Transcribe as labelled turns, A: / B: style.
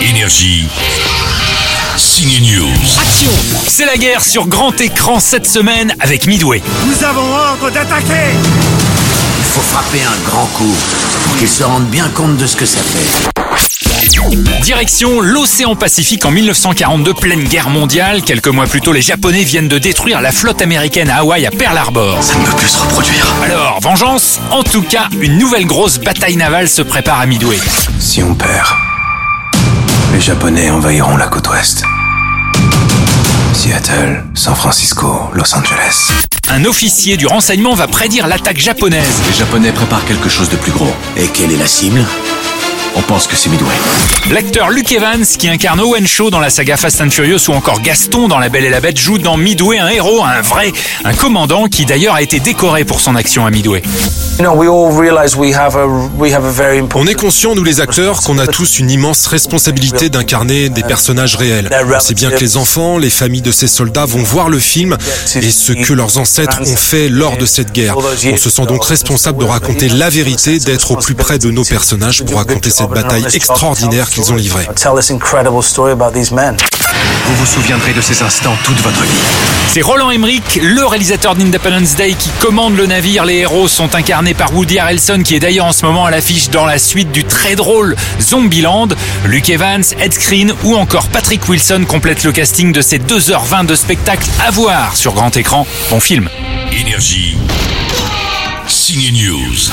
A: Énergie. Signe News.
B: Action C'est la guerre sur grand écran cette semaine avec Midway.
C: Nous avons ordre d'attaquer
D: faut frapper un grand coup pour qu'ils se rendent bien compte de ce que ça fait.
B: Direction l'océan Pacifique en 1942, pleine guerre mondiale. Quelques mois plus tôt, les Japonais viennent de détruire la flotte américaine à Hawaï à Pearl Harbor.
D: Ça ne peut plus se reproduire.
B: Alors, vengeance En tout cas, une nouvelle grosse bataille navale se prépare à Midway.
E: Si on perd, les Japonais envahiront la côte ouest. Seattle, San Francisco, Los Angeles.
B: Un officier du renseignement va prédire l'attaque japonaise.
F: Les Japonais préparent quelque chose de plus gros.
D: Et quelle est la cible
F: On pense que c'est Midway.
B: L'acteur Luke Evans, qui incarne Owen Shaw dans la saga Fast and Furious ou encore Gaston dans La Belle et la Bête, joue dans Midway un héros, un vrai, un commandant qui d'ailleurs a été décoré pour son action à Midway.
G: On est conscient, nous les acteurs, qu'on a tous une immense responsabilité d'incarner des personnages réels. On sait bien que les enfants, les familles de ces soldats vont voir le film et ce que leurs ancêtres ont fait lors de cette guerre. On se sent donc responsable de raconter la vérité, d'être au plus près de nos personnages pour raconter cette bataille extraordinaire qu'ils ont livrée.
F: Vous vous souviendrez de ces instants toute votre vie.
B: C'est Roland Emmerich, le réalisateur d'Independence Day, qui commande le navire. Les héros sont incarnés par Woody Harrelson, qui est d'ailleurs en ce moment à l'affiche dans la suite du très drôle Zombieland. Luke Evans, Ed Screen ou encore Patrick Wilson complètent le casting de ces 2h20 de spectacle à voir sur grand écran. Bon film.
A: Énergie. Signe News.